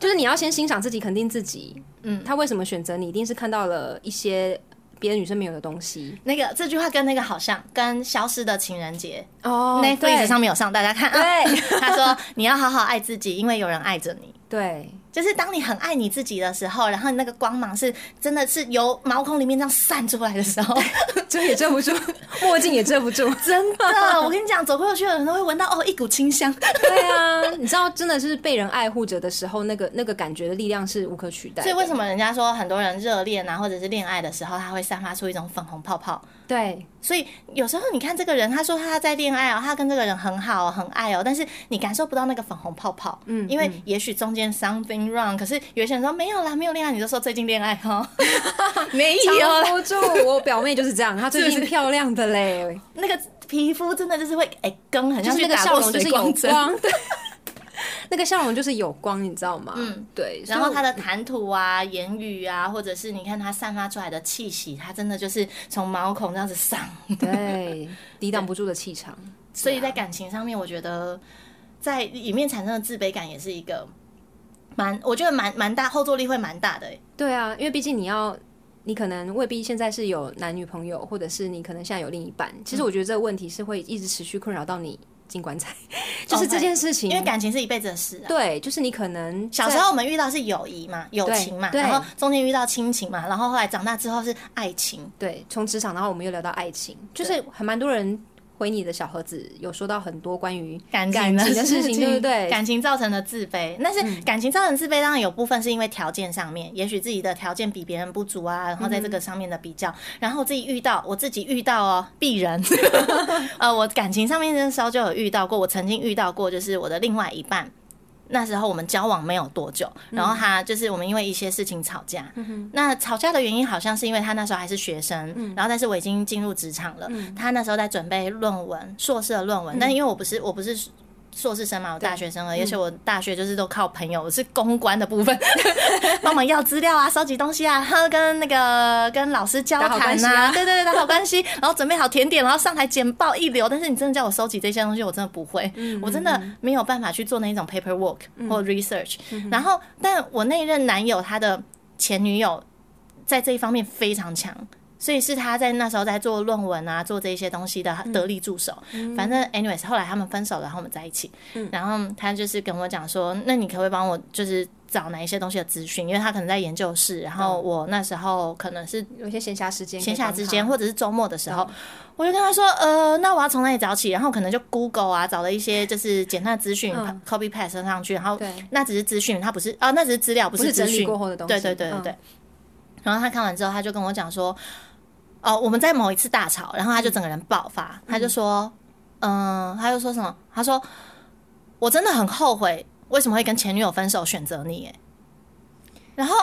S1: 就是你要先欣赏自己，肯定自己。嗯，他为什么选择你，一定是看到了一些别的女生没有的东西。
S2: 那个这句话跟那个好像，跟《消失的情人节
S1: 哦》
S2: Netflix 上面有上，大家 看啊。
S1: 对
S2: 他说你要好好爱自己，因为有人爱着你。
S1: 对
S2: 就是当你很爱你自己的时候，然后那个光芒是真的是由毛孔里面这样散出来的时候，
S1: 遮也遮不住，墨镜也遮不住， 真的。
S2: 啊， 我跟你讲，走过去的人都会闻到哦一股清香。
S1: 对啊，你知道，真的是被人爱护着的时候，那个那个感觉的力量是无可取代的。
S2: 所以为什么人家说很多人热恋啊，或者是恋爱的时候，他会散发出一种粉红泡泡？
S1: 对
S2: 所以有时候你看这个人，他说他在恋爱哦，他跟这个人很好、哦，很爱哦，但是你感受不到那个粉红泡泡，嗯，因为也许中间 something wrong，可是有些人说没有啦，没有恋爱，你就说最近恋爱哈、哦， 没
S1: 藏
S2: 有，
S1: 不住，我表妹就是这样，她最
S2: 是
S1: 近
S2: 不是
S1: 漂亮的嘞，
S2: 那个皮肤真的就是会哎更，很
S1: 就
S2: 像
S1: 是那
S2: 去
S1: 个
S2: 打
S1: 笑
S2: 过
S1: 容就
S2: 水
S1: 是有
S2: 光针，
S1: 光，对，那个笑容就是有光，你知道吗？嗯，对。
S2: 然后
S1: 所以
S2: 他的谈吐啊、言语啊，或者是你看他散发出来的气息，他真的就是从毛孔这样子上。
S1: 对抵挡不住的气场。
S2: 所以在感情上面，我觉得在里面产生的自卑感也是一个蛮，我觉得蛮蛮大后坐力会蛮大的欸、
S1: 对啊，因为毕竟你要，你可能未必现在是有男女朋友，或者是你可能现在有另一半。其实
S2: 嗯
S1: 我觉得这个问题是会一直持续困扰到你进棺材， 就是这件事情。
S2: 哦因为感情是一辈子的事啊。
S1: 对，就是你可能
S2: 小时
S1: 在
S2: 候我们遇到是友谊嘛，友情嘛，
S1: 对
S2: 然后中间遇到亲情嘛，然后后来长大之后是爱情。
S1: 对从职场，然后我们又聊到爱情，就是还蛮多人回你的小盒子有说到很多关于
S2: 感
S1: 情
S2: 情
S1: 的事情，对不对？嗯
S2: 感情造成的自卑，但是感情造成自卑，当然有部分是因为条件上面，也许自己的条件比别人不足啊，然后在这个上面的比较，然后自己遇到，我自己遇到哦，鄙人，呃，我感情上面的时候就有遇到过，我曾经遇到过，就是我的另外一半。那时候我们交往没有多久，然后他就是我们因为一些事情吵架。
S1: 嗯
S2: 那吵架的原因好像是因为他那时候还是学生，然后但是我已经进入职场了。
S1: 嗯
S2: 他那时候在准备论文，硕士的论文，但因为我不是我不是硕士生嘛，我大学
S1: 嗯
S2: 生而已，而且我大学就是都靠朋友，我是公关的 部分，帮忙要资料啊，收集东西啊，然后跟那个跟老师交
S1: 打好关
S2: 谈
S1: 系
S2: 啊，
S1: 啊
S2: 对对对，打好关系，然后准备好甜点，然后上台简报一流。但是你真的叫我收集这些东西，我真的不会，
S1: 嗯
S2: 我真的没有办法去做那一种 paper work 或 research、然
S1: 嗯
S2: 后，但我那一任男友他的前女友在这一方面非常强。所以是他在那时候在做论文啊，做这一些东西的得力助手。反正 anyways，后来他们分手了，然后我们在一起。然后他就是跟我讲说，那你可不可以帮我就是找哪一些东西的资讯？因为他可能在研究室，然后我那时候可能是
S1: 有一些闲暇时间，
S2: 闲暇之间
S1: 会
S2: 或者是周末的时候，我就跟他说，呃，那我要从哪里找起？然后可能就 Google 啊，找了一些就是简单的资讯、
S1: 嗯
S2: copy paste 上去，然后
S1: 对
S2: 那只是资讯，它不是啊，那只是资料，不
S1: 不是
S2: 资
S1: 整理
S2: 讯
S1: 过。后的东西，
S2: 对对对对对。
S1: 嗯，
S2: 然后他看完之后，他就跟我讲说，哦，我们在某一次大吵，然后他
S1: 嗯
S2: 就整个人爆发，他就说，嗯、他就说什么？他说，我真的很后悔为什么会跟前女友分手，选择你。哎，然后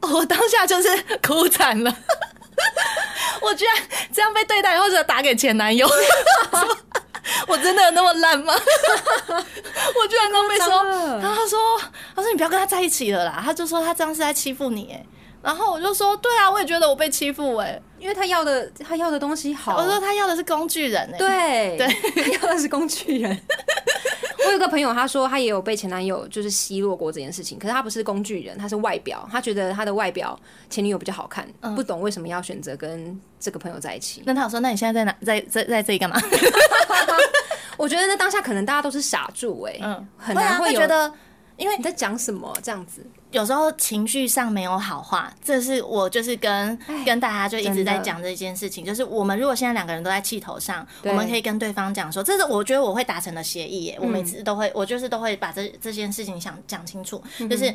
S2: 哦我当下就是哭惨了。 我居然这样被对待，或者打给前男友， 我真的有那么烂吗？ 我居然都被说
S1: 太夸张，了
S2: 然后他说，他说你不要跟他在一起了啦，他就说他这样是在欺负你哎，然后我就说对啊，我也觉得我被欺负哎，
S1: 因为他要的他要的东西好，
S2: 我说他要的是工具人哎，
S1: 对
S2: 对，
S1: 他是工具 人。我有个朋友，他说他也有被前男友就是奚落过这件事情，可是他不是工具人，他是外表，他觉得他的外表前女友比较好看，
S2: 嗯
S1: 不懂为什么要选择跟这个朋友在一起。
S2: 那他有说那你现在在哪在在在这里干嘛？
S1: 我觉得那当下可能大家都是傻住哎、
S2: 嗯，
S1: 很
S2: 会
S1: 难
S2: 啊会
S1: 有
S2: 觉得
S1: 你在讲什么这样子，
S2: 有时候情绪上没有好话，这是我就是跟
S1: 哎
S2: 跟大家就一直在讲这件事情，就是我们如果现在两个人都在气头上，
S1: 对嗯
S2: 我们可以跟对方讲说，这是我觉得我会达成的协议耶，我每次都会，我就是都会把这这件事情想讲清楚，就是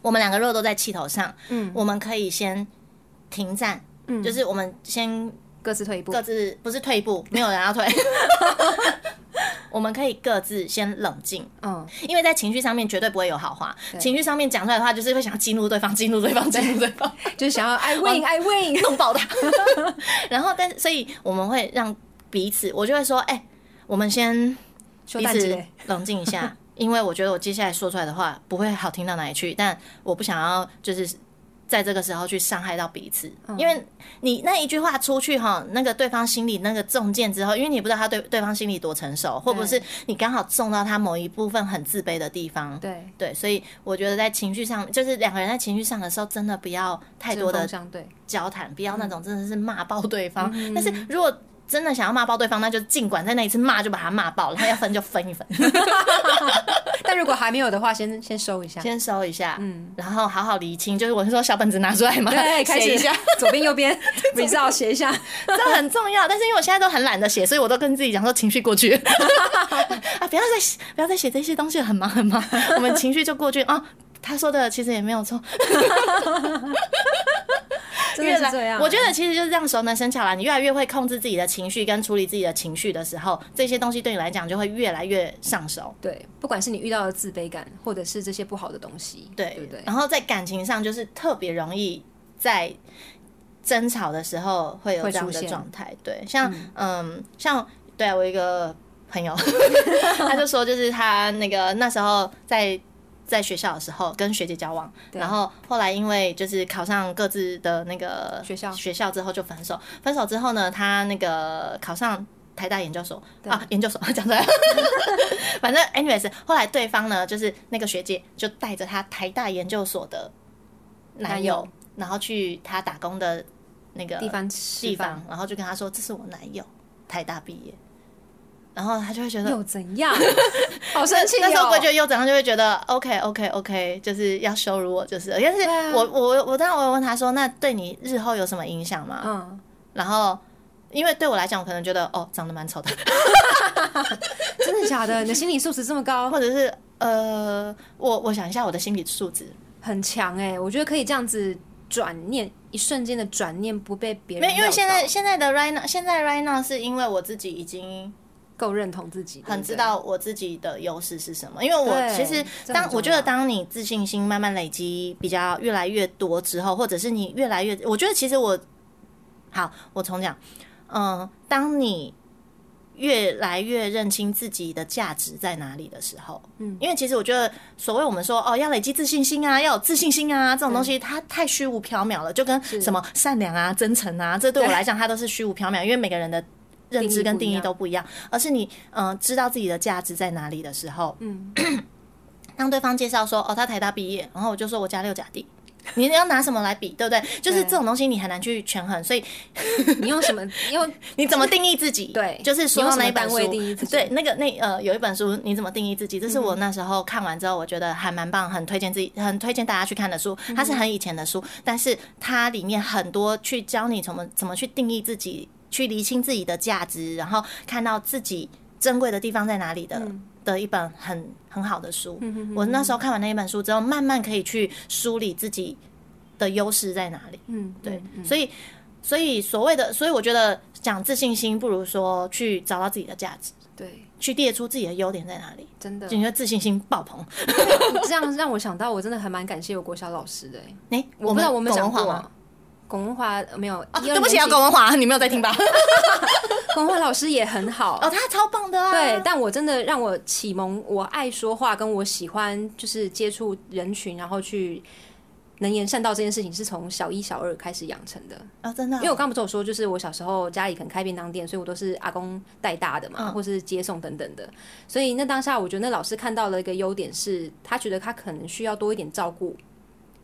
S2: 我们两个如果都在气头上，
S1: 嗯
S2: 我们可以先停战，就是我们先
S1: 各自退一步
S2: 各。自不是退一步，没有 人要退， 我们可以各自先冷静，
S1: 嗯，
S2: 因为在情绪上面绝对不会有好话，情绪上面讲出来的话就是会想激怒对方，激怒对方，激怒对方，
S1: 就是想 要 I win I win。
S2: 弄爆他。然后，但所以我们会让彼此，我就会说，哎、我们先
S1: 修
S2: 彼
S1: 蛋
S2: 此
S1: 姐，
S2: 冷静一下，因为我觉得我接下来说出来的话不会好听到哪里去，但我不想要就是在这个时候去伤害到彼此，因为你那一句话出去哈，那个对方心里那个中箭之后，因为你不知道他对对方心里多成熟，或不是你刚好中到他某一部分很自卑的地方，
S1: 对，
S2: 对，所以我觉得在情绪上，就是两个人在情绪上的时候，真的不要太多
S1: 针
S2: 的嗯
S1: 锋相对，
S2: 交谈，不要那种真的是骂爆对方。但是如果真的想要骂爆对方，那就尽管在那一次骂就把他骂爆，然后要分就分一分，
S1: 但如果还没有的话，先先收一下。
S2: 先收一下，嗯，然后好好厘清。就是我是说小本子拿出来 嘛，
S1: 对，哎开
S2: 写
S1: 始
S2: 一 下，，
S1: 左边右边 result 写一下。
S2: 这很重要。但是因为我现在都很懒得写，所以我都跟自己讲说情绪过去 啊，不要再写不要再写这些东西，很忙很忙，我们情绪就过去啊。他说的其实也没有错，
S1: 真
S2: 越
S1: 的
S2: 来
S1: 是这样。啊
S2: 我觉得其实就是这样熟能生巧啦。你越来越会控制自己的情绪跟处理自己的情绪的时候，这些东西对你来讲就会越来越上手。
S1: 对，不管是你遇到的自卑感，或者是这些不好的东西，
S2: 对，
S1: 对不对？
S2: 然后在感情上就是特别容易在争吵的时候会有
S1: 会
S2: 这样
S1: 出
S2: 的
S1: 现
S2: 状态。对，像嗯像对啊我有一个朋 友，他就说就是他那个那时候在。在学校的时候跟学姐交往，然后后来因为就是考上各自的那个
S1: 学校
S2: 学校之后就分手。分手之后呢，他那个考上台大研究所啊，研究所 讲出来了， 反正 anyways，后来对方呢，就是那个学姐就带着她台大研究所的男
S1: 男
S2: 友
S1: 友，
S2: 然后去她打工的那个
S1: 地方吃
S2: 地
S1: 饭
S2: 方，然后就跟她说：“这是我男友，台大毕业。”然后她就会觉得
S1: 又怎样？ 好生气哦！
S2: 那时候会觉得又怎样，就会觉得 OK OK OK，就是要羞辱我，就是。但是
S1: 对啊
S2: 我我我当然我有问她说：“那对你日后有什么影响吗？”
S1: 嗯，
S2: 然后。因为对我来讲，我可能觉得哦，长得蛮丑的，
S1: 真的假的？你的心理素质这么高，
S2: 或者是呃，我我想一下我的心理素质，
S1: 很强哎！我觉得可以这样子转念，一瞬间的转念不被别人
S2: 没有，因为
S1: 料
S2: 现在
S1: 到
S2: 现在的 right now，现在 right now 是因为我自己已经
S1: 够认同自己，
S2: 很
S1: 对不对
S2: 知。道我自己的优势是什么。因为我
S1: 对
S2: 其实
S1: 这很
S2: 当
S1: 重
S2: 我觉得
S1: 要
S2: 当你自信心慢慢累积比较越来越多之后，或者是你越来越，我觉得其实我好，我重讲，嗯，当你。越来越认清自己的价值在哪里的时候，嗯，因为其实我觉得，所谓我们说哦，要累积自信心啊，要有自信心啊，这种东西它太虚无缥缈了，就跟什么善良啊、真诚啊，这对我来讲它都是虚无缥缈，因为每个人的认知跟定义都不一样，而是你嗯、呃知道自己的价值在哪里 的时候，嗯，当对方介绍说哦他台大毕业，然后我就说我家六甲地，你要拿什么来比，对不对？就是这种东西你很难去权衡，所以
S1: 你用 什么？你用
S2: 你怎么定义自己？
S1: 对
S2: 就是说到那一本
S1: 你用什么单位
S2: 书
S1: 定义自，己嗯
S2: 对，那个那呃有一本书你怎么定义自己？这是我那时候看完之后，我觉得还蛮棒，很推荐自己，很推荐大家去看的书。它
S1: 嗯
S2: 是很以前的书，但是它里面很多去教你怎么怎么去定义自己，去厘清自己的价值，然后看到自己珍贵的地方在哪里的。
S1: 嗯
S2: 的一本很很好的书，我那时候看完那一本书之后，慢慢可以去梳理自己的优势在哪里。
S1: 嗯，
S2: 对，所以所以所谓的，所以我觉得讲自信心，不如说去找到自己的价值，
S1: 对，
S2: 去列出自己的优点在哪里，
S1: 真的
S2: 就。你的自信心爆棚。
S1: 你这样让我想到，我真的还蛮感谢有国小老师的、欸。
S2: 哎、
S1: 我不知道我们
S2: 们
S1: 讲
S2: 讲
S1: 过
S2: 吗？
S1: 吗？龚文华呃没有，
S2: 哦，
S1: 一二
S2: 对不起
S1: 年
S2: 啊，
S1: 级
S2: 龚文华，你没有在听吧？
S1: 龚文华老师也很好。
S2: 哦，他超棒的啊！
S1: 对，但我真的让我启蒙，我爱说话，跟我喜欢就是接触人群，然后去能言善道这件事情，是从小一、小二开始养成的。
S2: 啊，真的
S1: 因为我刚刚不是有说，就是我小时候家里可能开便当店，所以我都是阿公带大的嘛，
S2: 嗯
S1: 或是接送等等的。所以那当下，我觉得那老师看到了一个优点是，他觉得他可能需要多一点照顾，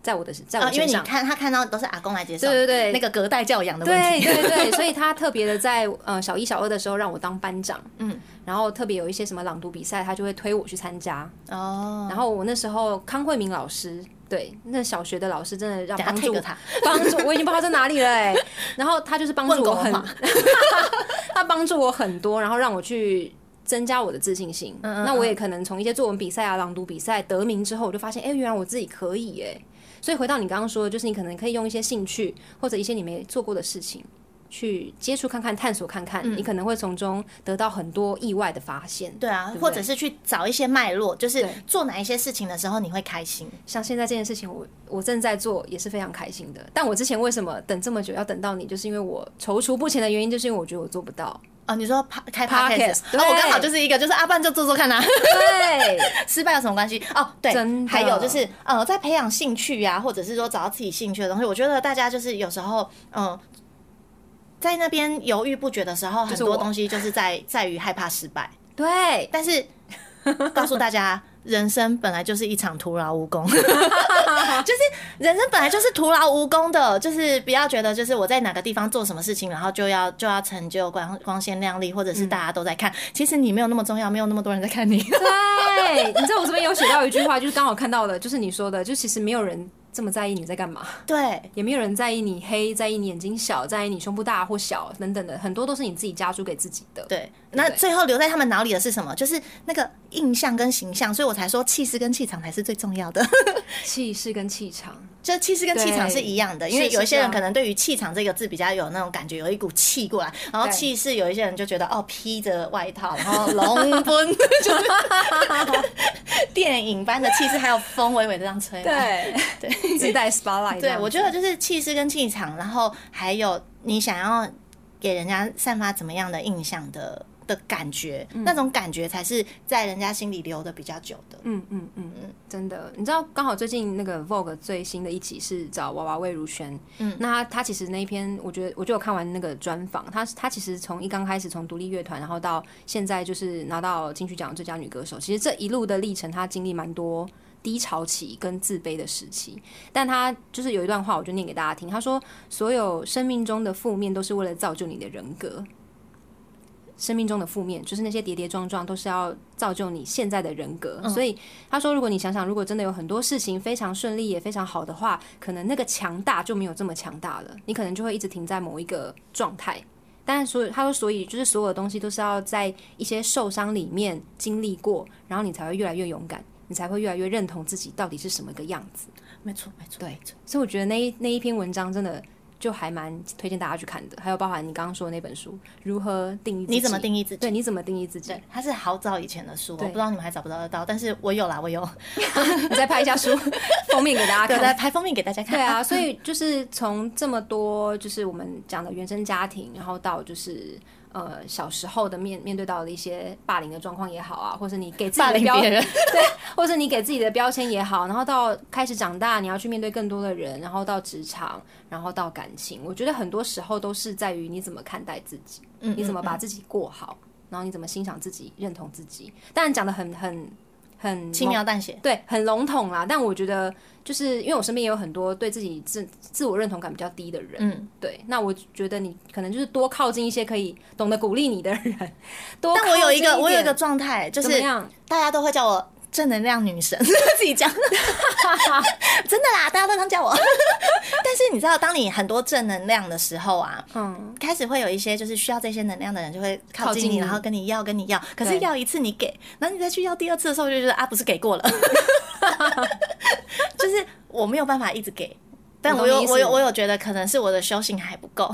S1: 在我的在
S2: 啊，
S1: 我
S2: 因为
S1: 身
S2: 你
S1: 上。
S2: 看他看到都是阿公来接受，
S1: 对对对
S2: 那个隔代教养的问
S1: 对
S2: 题。
S1: 对 对，所以他特别的在呃小一、小二的时候让我当班长，
S2: 嗯，
S1: 然后特别有一些什么朗读比赛，他就会推我去参加。
S2: 哦，
S1: 然后我那时候康慧明老师，对，那小学的老师真的让
S2: 等下
S1: 帮助
S2: take 他，
S1: 帮助我已经不知道在哪里了 哎、然后他就是帮助我很
S2: 问狗嘛，
S1: 他帮助我很多，然后让我去。增加我的自信心，
S2: 嗯嗯
S1: 那我也可能从一些作文比赛啊、朗读比赛得名之后，我就发现，哎、原来我自己可以哎、所以回到你刚刚说的，就是你可能可以用一些兴趣或者一些你没做过的事情去接触看看、探索看看，你可能会从中得到很多意外的发现。
S2: 嗯对啊，
S1: 不对
S2: 或者是去找一些脉络，就是
S1: 对
S2: 做哪一些事情的时候你会开心。
S1: 像现在这件事情我，我正在做，也是非常开心的。但我之前为什么等这么久要等到你，就是因为我踌躇不前的原因，就是因为我觉得我做不到。
S2: 哦，你说 pa- 开
S1: Podcast，
S2: podcast，然后我
S1: 对
S2: 刚好就是一个，就是阿半就做做看啊，
S1: 对，
S2: 失败有什么关系？哦，对
S1: 真，的
S2: 还有就是呃，在培养兴趣呀、或者是说找到自己兴趣的东西，我觉得大家就是有时候嗯、呃在那边犹豫不决的时候，很
S1: 是
S2: 多
S1: 我
S2: 东西就是在 在于害怕失败。
S1: 对，
S2: 但是告诉大家，人生本来就是一场徒劳无功， 就是人生本来就是徒劳无功的，就是不要觉得就是我在哪个地方做什么事情，然后就要就要成就光光鲜亮丽，或者是
S1: 嗯
S2: 大家都在看，其实你没有那么重要，没有那么多人 在看你。
S1: 对，你知道我这边有写到一句话，就是刚好看到的，就是你说的，就其实没有人这么在意你在干嘛，
S2: 对，
S1: 也没有人在意你黑，在意你眼睛小，在意你胸部大或小等等的，很多都是你自己加诸给自己的。
S2: 对，那
S1: 对
S2: 最后留在他们脑里的是什么？就是那个印象跟形象，所以我才说气势跟气场才是最重要的。
S1: 气势跟气场，
S2: 就是气势跟气场
S1: 对
S2: 是一样的，
S1: 是
S2: 因为有一
S1: 是
S2: 些人
S1: 啊
S2: 可能对于气场这个字比较有那种感觉，有一股气过来，然后
S1: 对
S2: 气势有一些人就觉得哦，披着外套，然后龙奔， 就是电影般的气势，还有风微微的这样吹。
S1: 对对，自带 spotlight 这
S2: 对，
S1: 样子。
S2: 我觉得就是气势跟气场，然后还有你想要给人家散发怎么样的印象的的感觉，
S1: 嗯
S2: 那种感觉才是在人家心里留的比较久的。
S1: 嗯嗯嗯，嗯，真的，你知道，刚好最近那个 Vogue 最新的一期是找娃娃魏如萱，嗯，那她她其实那一篇，我觉得我就有看完那个专访，她她其实从一刚开始从独立乐团，然后到现在就是拿到金曲奖最佳女歌手，其实这一路的历程，她经历蛮多低潮期跟自卑的时期，但她就是有一段话，我就念给大家听，她说：“所有生命中的负面都是为了造就你的人格。”生命中的负面，就是那些跌跌撞撞，都是要造就你现在的人格。所以他说，如果你想想，如果真的有很多事情非常顺利也非常好的话，可能那个强大就没有这么强大了，你可能就会一直停在某一个状态。但是所以他说，所以就是所有东西都是要在一些受伤里面经历过，然后你才会越来越勇敢，你才会越来越认同自己到底是什么个样子。
S2: 没错，没错，对，
S1: 所以我觉得那一那一篇文章真的就还蛮推荐大家去看的，还有包含你刚刚说的那本书《如何定义自己》，
S2: 你怎么定义自己？
S1: 对，你怎么定义自己？
S2: 对，它是好早以前的书，我
S1: 对
S2: 不知道你们还找不找得到，但是我有啦，我有，
S1: 你再拍一下书封面给大
S2: 对，
S1: 家
S2: 来
S1: 看。
S2: 拍封面给大家看。
S1: 对 啊，所以就是从这么多，就是我们讲的原生家庭，然后到就是呃小时候的面面对到的一些霸凌的状况也好啊，或是你给自己
S2: 霸
S1: 的
S2: 凌
S1: 标
S2: 别人，
S1: 对， 或是你给自己的标签也好，然后到开始长大，你要去面对更多的人，然后到职场，然后到感情，我觉得很多时候都是在于你怎么看待自己，
S2: 嗯
S1: 嗯你怎么把自己过好，然后你怎么欣赏自己、认同自己。当然讲的很很很
S2: 嗯轻描淡写。
S1: 对，很笼统啦。但我觉得，就是因为我身边也有很多对自己自自我认同感比较低的人，
S2: 嗯，
S1: 对，那我觉得你可能就是多靠近一些可以懂得鼓励你的 人，多
S2: 但我有一
S1: 靠
S2: 个
S1: 近
S2: 我有一
S1: 点
S2: 个状态，就
S1: 怎么
S2: 是
S1: 样？
S2: 大家都会叫我正能量女神， 自 己讲。真的啦，大家都这样叫我。 但是你知道，当你很多正能量的时候啊，
S1: 嗯，
S2: 开始会有一些就是需要这些能量的人就会靠
S1: 靠
S2: 近
S1: 近
S2: 你，
S1: 你
S2: 然后跟你要，跟你要。可是
S1: 对
S2: 要一次你给，然后你再去要第二次的时候，我就觉得啊，不是给过 了，就是我没有办法一直给。但
S1: 我
S2: 我
S1: 懂你
S2: 有
S1: 意思
S2: 我有我有觉得可能是我的修行还不够，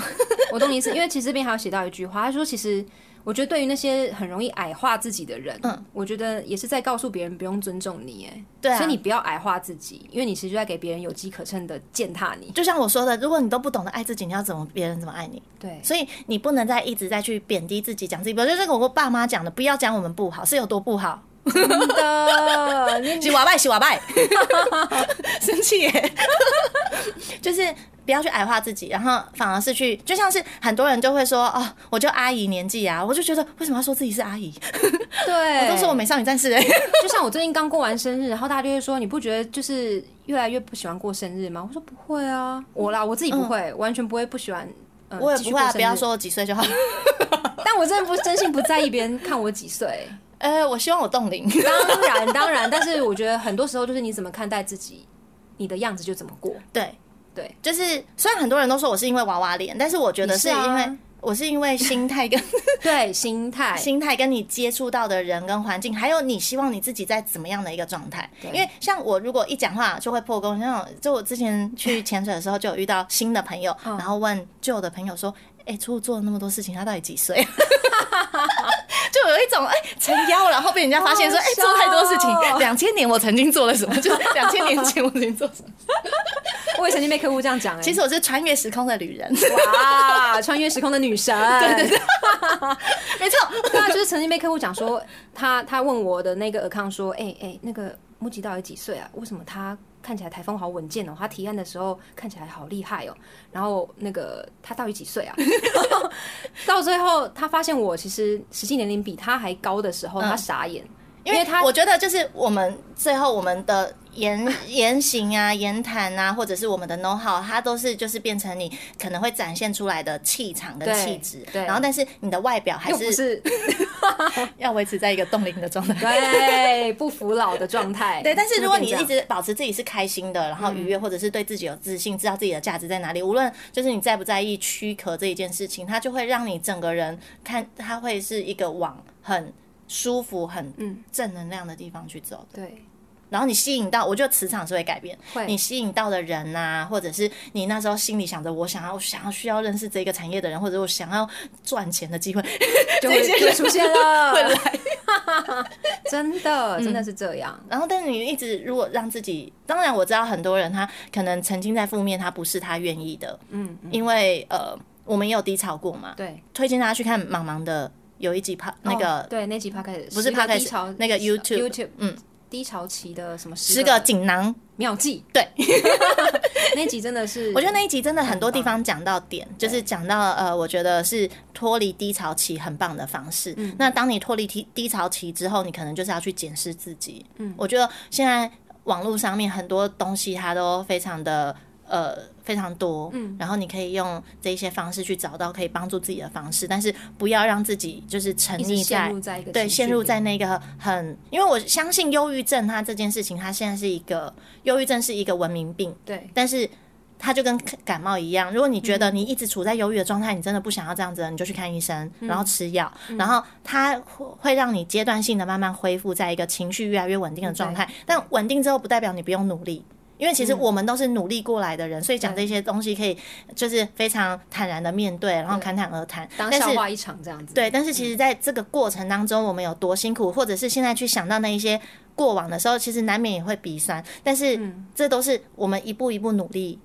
S1: 我懂你意思，因为其实这边还有写到一句话，他说其实。我觉得对于那些很容易矮化自己的人，
S2: 嗯，
S1: 我觉得也是在告诉别人不用尊重你，哎，
S2: 对啊
S1: 所以你不要矮化自己，因为你其实就在给别人有机可乘的践踏 你，
S2: 就像我说的，如果你都不懂得爱自己，你要怎么别人怎么爱你？
S1: 对，
S2: 所以你不能再一直在去贬低自己，讲自己。比如就这个我爸妈讲的，不要讲我们不好，是有多不好。
S1: 真的，你
S2: 洗瓦拜，洗瓦拜， 生气耶！ 就是不要去矮化自己，然后反而是去，就像是很多人就会说哦，我就阿姨年纪啊，我就觉得为什么要说自己是阿姨？
S1: 对，
S2: 我都说我美少女战士哎、
S1: 就像我最近刚过完生日，然后大家就会说，你不觉得就是越来越不喜欢过生日吗？我说不会啊，我啦，我自己不会，完全不会不喜欢。呃
S2: 嗯我也
S1: 继
S2: 不
S1: 续
S2: 会、
S1: 过
S2: 啊，
S1: 生日
S2: 不要说我几岁就好。
S1: 但我真的不真心不在意别人看我几岁。
S2: 呃，我希望我冻龄。
S1: 当然，当然，但是我觉得很多时候就是你怎么看待自己，你的样子就怎么过。
S2: 对
S1: 对，
S2: 就是虽然很多人都说我是因为娃娃脸，但是我觉得
S1: 你
S2: 是
S1: 是
S2: 因为、
S1: 啊
S2: 我是因为心 态跟
S1: 对，心态
S2: 心态跟你接触到的人跟环境，还有你希望你自己在怎么样的一个状态。
S1: 对
S2: 因为像我，如果一讲话就会破功，那种就我之 前去潜水的时候，就有遇到新的朋友，
S1: 嗯
S2: 然后问旧的朋友说：“哎、出做了那么多事情，他到底几岁？” 就有一种哎撑、腰，然后被人家发现说：“
S1: 好
S2: 哎、
S1: 好
S2: 做太多事
S1: 笑
S2: 情，
S1: 哦
S2: 两千年我曾经做了什么？就是两千年前我曾经做 什么？
S1: 我也曾经被客户这样讲、欸，
S2: 其实我是穿越时空的旅人，
S1: 哇，穿越时空的女 神，对对对，
S2: 没错。”
S1: 对啊，就是曾经被客户讲说，他他问我的那个 account 说，哎、哎、那个木吉到底几岁啊？为什么他看起来台风好稳健哦？他提案的时候看起来好厉害哦。然后那个他到底几岁啊？ 然后到最后他发现我其实实际年龄比他还高的时候，他傻眼，因为他
S2: 我觉得就是我们最后我们的言 言行啊、言谈啊，或者是我们的 know how，它都是就是变成你可能会展现出来的气场跟
S1: 对
S2: 气质，
S1: 对
S2: 然后但是你的外表还
S1: 又不
S2: 是
S1: 是
S2: 要维持在一个冻龄的状态。
S1: 对不服老的状态。
S2: 对，但是如果你
S1: 就
S2: 一
S1: 变这样
S2: 直保持自己是开心的，然后愉悦，或者是对自己有自信，知道自己的价值在哪里，无论就是你在不在意躯壳这一件事情，它就会让你整个人看，它会是一个往很舒服、很正能量的地方去走的。
S1: 对。
S2: 然后你吸引到，我觉得磁场是会改变。
S1: 会
S2: 你吸引到的人呐、或者是你那时候心里想着我想要我想要需要认识这个产业的人，或者我想要赚钱的机会，
S1: 就会
S2: 这些
S1: 就会出现了，
S2: 会来。 嗯
S1: 真的真的是这样，
S2: 然后，但是你一直如果让自己，当然我知道很多人他可能曾经在负面，他不是他愿意的，
S1: 嗯，
S2: 因为呃，我们也有低潮过嘛。
S1: 对，
S2: 推荐大家去看茫茫的有一集 p 那个、
S1: 哦对那集 p o d c
S2: 不是 podcast，
S1: 低潮
S2: 那个 YouTube
S1: YouTube
S2: 嗯
S1: 嗯低潮期的什么
S2: 十
S1: 十
S2: 个锦囊，
S1: 妙计，
S2: 对，
S1: 那集真的是
S2: 我觉得那一集真的很多地方讲到点，就是讲到呃，我觉得是脱离低潮期很棒的方式。
S1: 嗯
S2: 那当你脱离低低潮期之后，你可能就是要去检视自己。嗯，我觉得现在网络上面很多东西它都非常的呃非常多，嗯，然后你可以用这一些方式去找到可以帮助自己的方式，但是不要让自己就是沉
S1: 一直
S2: 溺在
S1: 陷入在一个
S2: 对，
S1: 情绪
S2: 陷入
S1: 里
S2: 在那个很，因为我相信忧郁症它这件事情，它现在是一个忧郁症是一个文明病，
S1: 对嗯
S2: 但是它就跟感冒一样，如果你觉得你一直处在忧郁的状态，你真的不想要这样子了，你就去看医生，
S1: 嗯
S2: 然后吃药，然后它会会让你阶段性的慢慢恢复在一个情绪越来越稳定的状态。但稳定之后，不代表你不用努力。因为其
S1: 嗯
S2: 实我们都是努力过来的人，所以讲这些东西可以就是非常坦然的面对，然后侃侃而谈。
S1: 当
S2: 但是
S1: 笑话一场这样子，
S2: 对，但是其实在这个过程当中，我们有多辛苦，或者是现在去想到那一些过往的时候，其实难免也会鼻酸。但是
S1: 嗯
S2: 这都是我们一步一步努力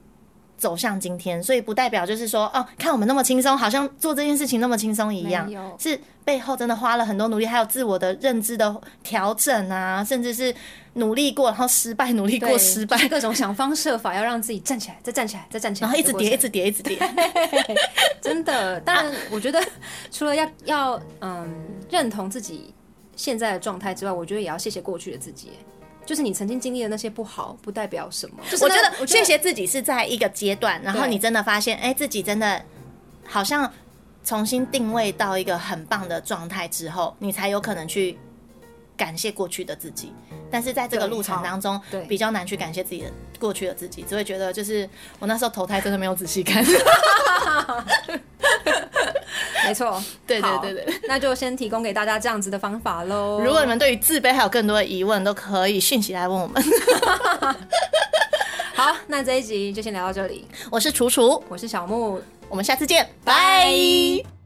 S2: 走向今天，所以不代表就是说哦，看我们那么轻松，好像做这件事情那么轻松一样
S1: 没有，
S2: 是背后真的花了很多努力，还有自我的认知的调整啊，甚至是努力过，然后失败，努力
S1: 对
S2: 过失败
S1: 就。是各种想方设法要让自己站起来，再站起来，再站起来，
S2: 然后一直
S1: 的过
S2: 叠，一
S1: 程
S2: 直啊叠，一直叠。
S1: 真的。当然，我觉得除了要要嗯认同自己现在的状态之外，我觉得也要谢谢过去的自己耶。就是你曾经经历的那些不好，不代表什么。 就是
S2: 我
S1: 那
S2: 觉
S1: 我
S2: 得谢谢自己是在一个阶段，然后
S1: 对
S2: 你真的发现，哎，自己真的好像重新定位到一个很棒的状态之后，你才有可能去感谢过去的自己。但是在这个
S1: 对
S2: 路程
S1: 好
S2: 当中
S1: 对，
S2: 比较难去感谢自己的过去的自己，只会觉得就是我那时候投胎真的没有仔细看。
S1: 没错，
S2: 对对
S1: 好
S2: 对对，
S1: 那就先提供给大家这样子的方法喽。
S2: 如果你们对于自卑还有更多的疑问，都可以讯息来问我们。
S1: 好，那这一集就先聊到这里。
S2: 我是楚楚，
S1: 我是小木，
S2: 我们下次见，
S1: 拜
S2: 拜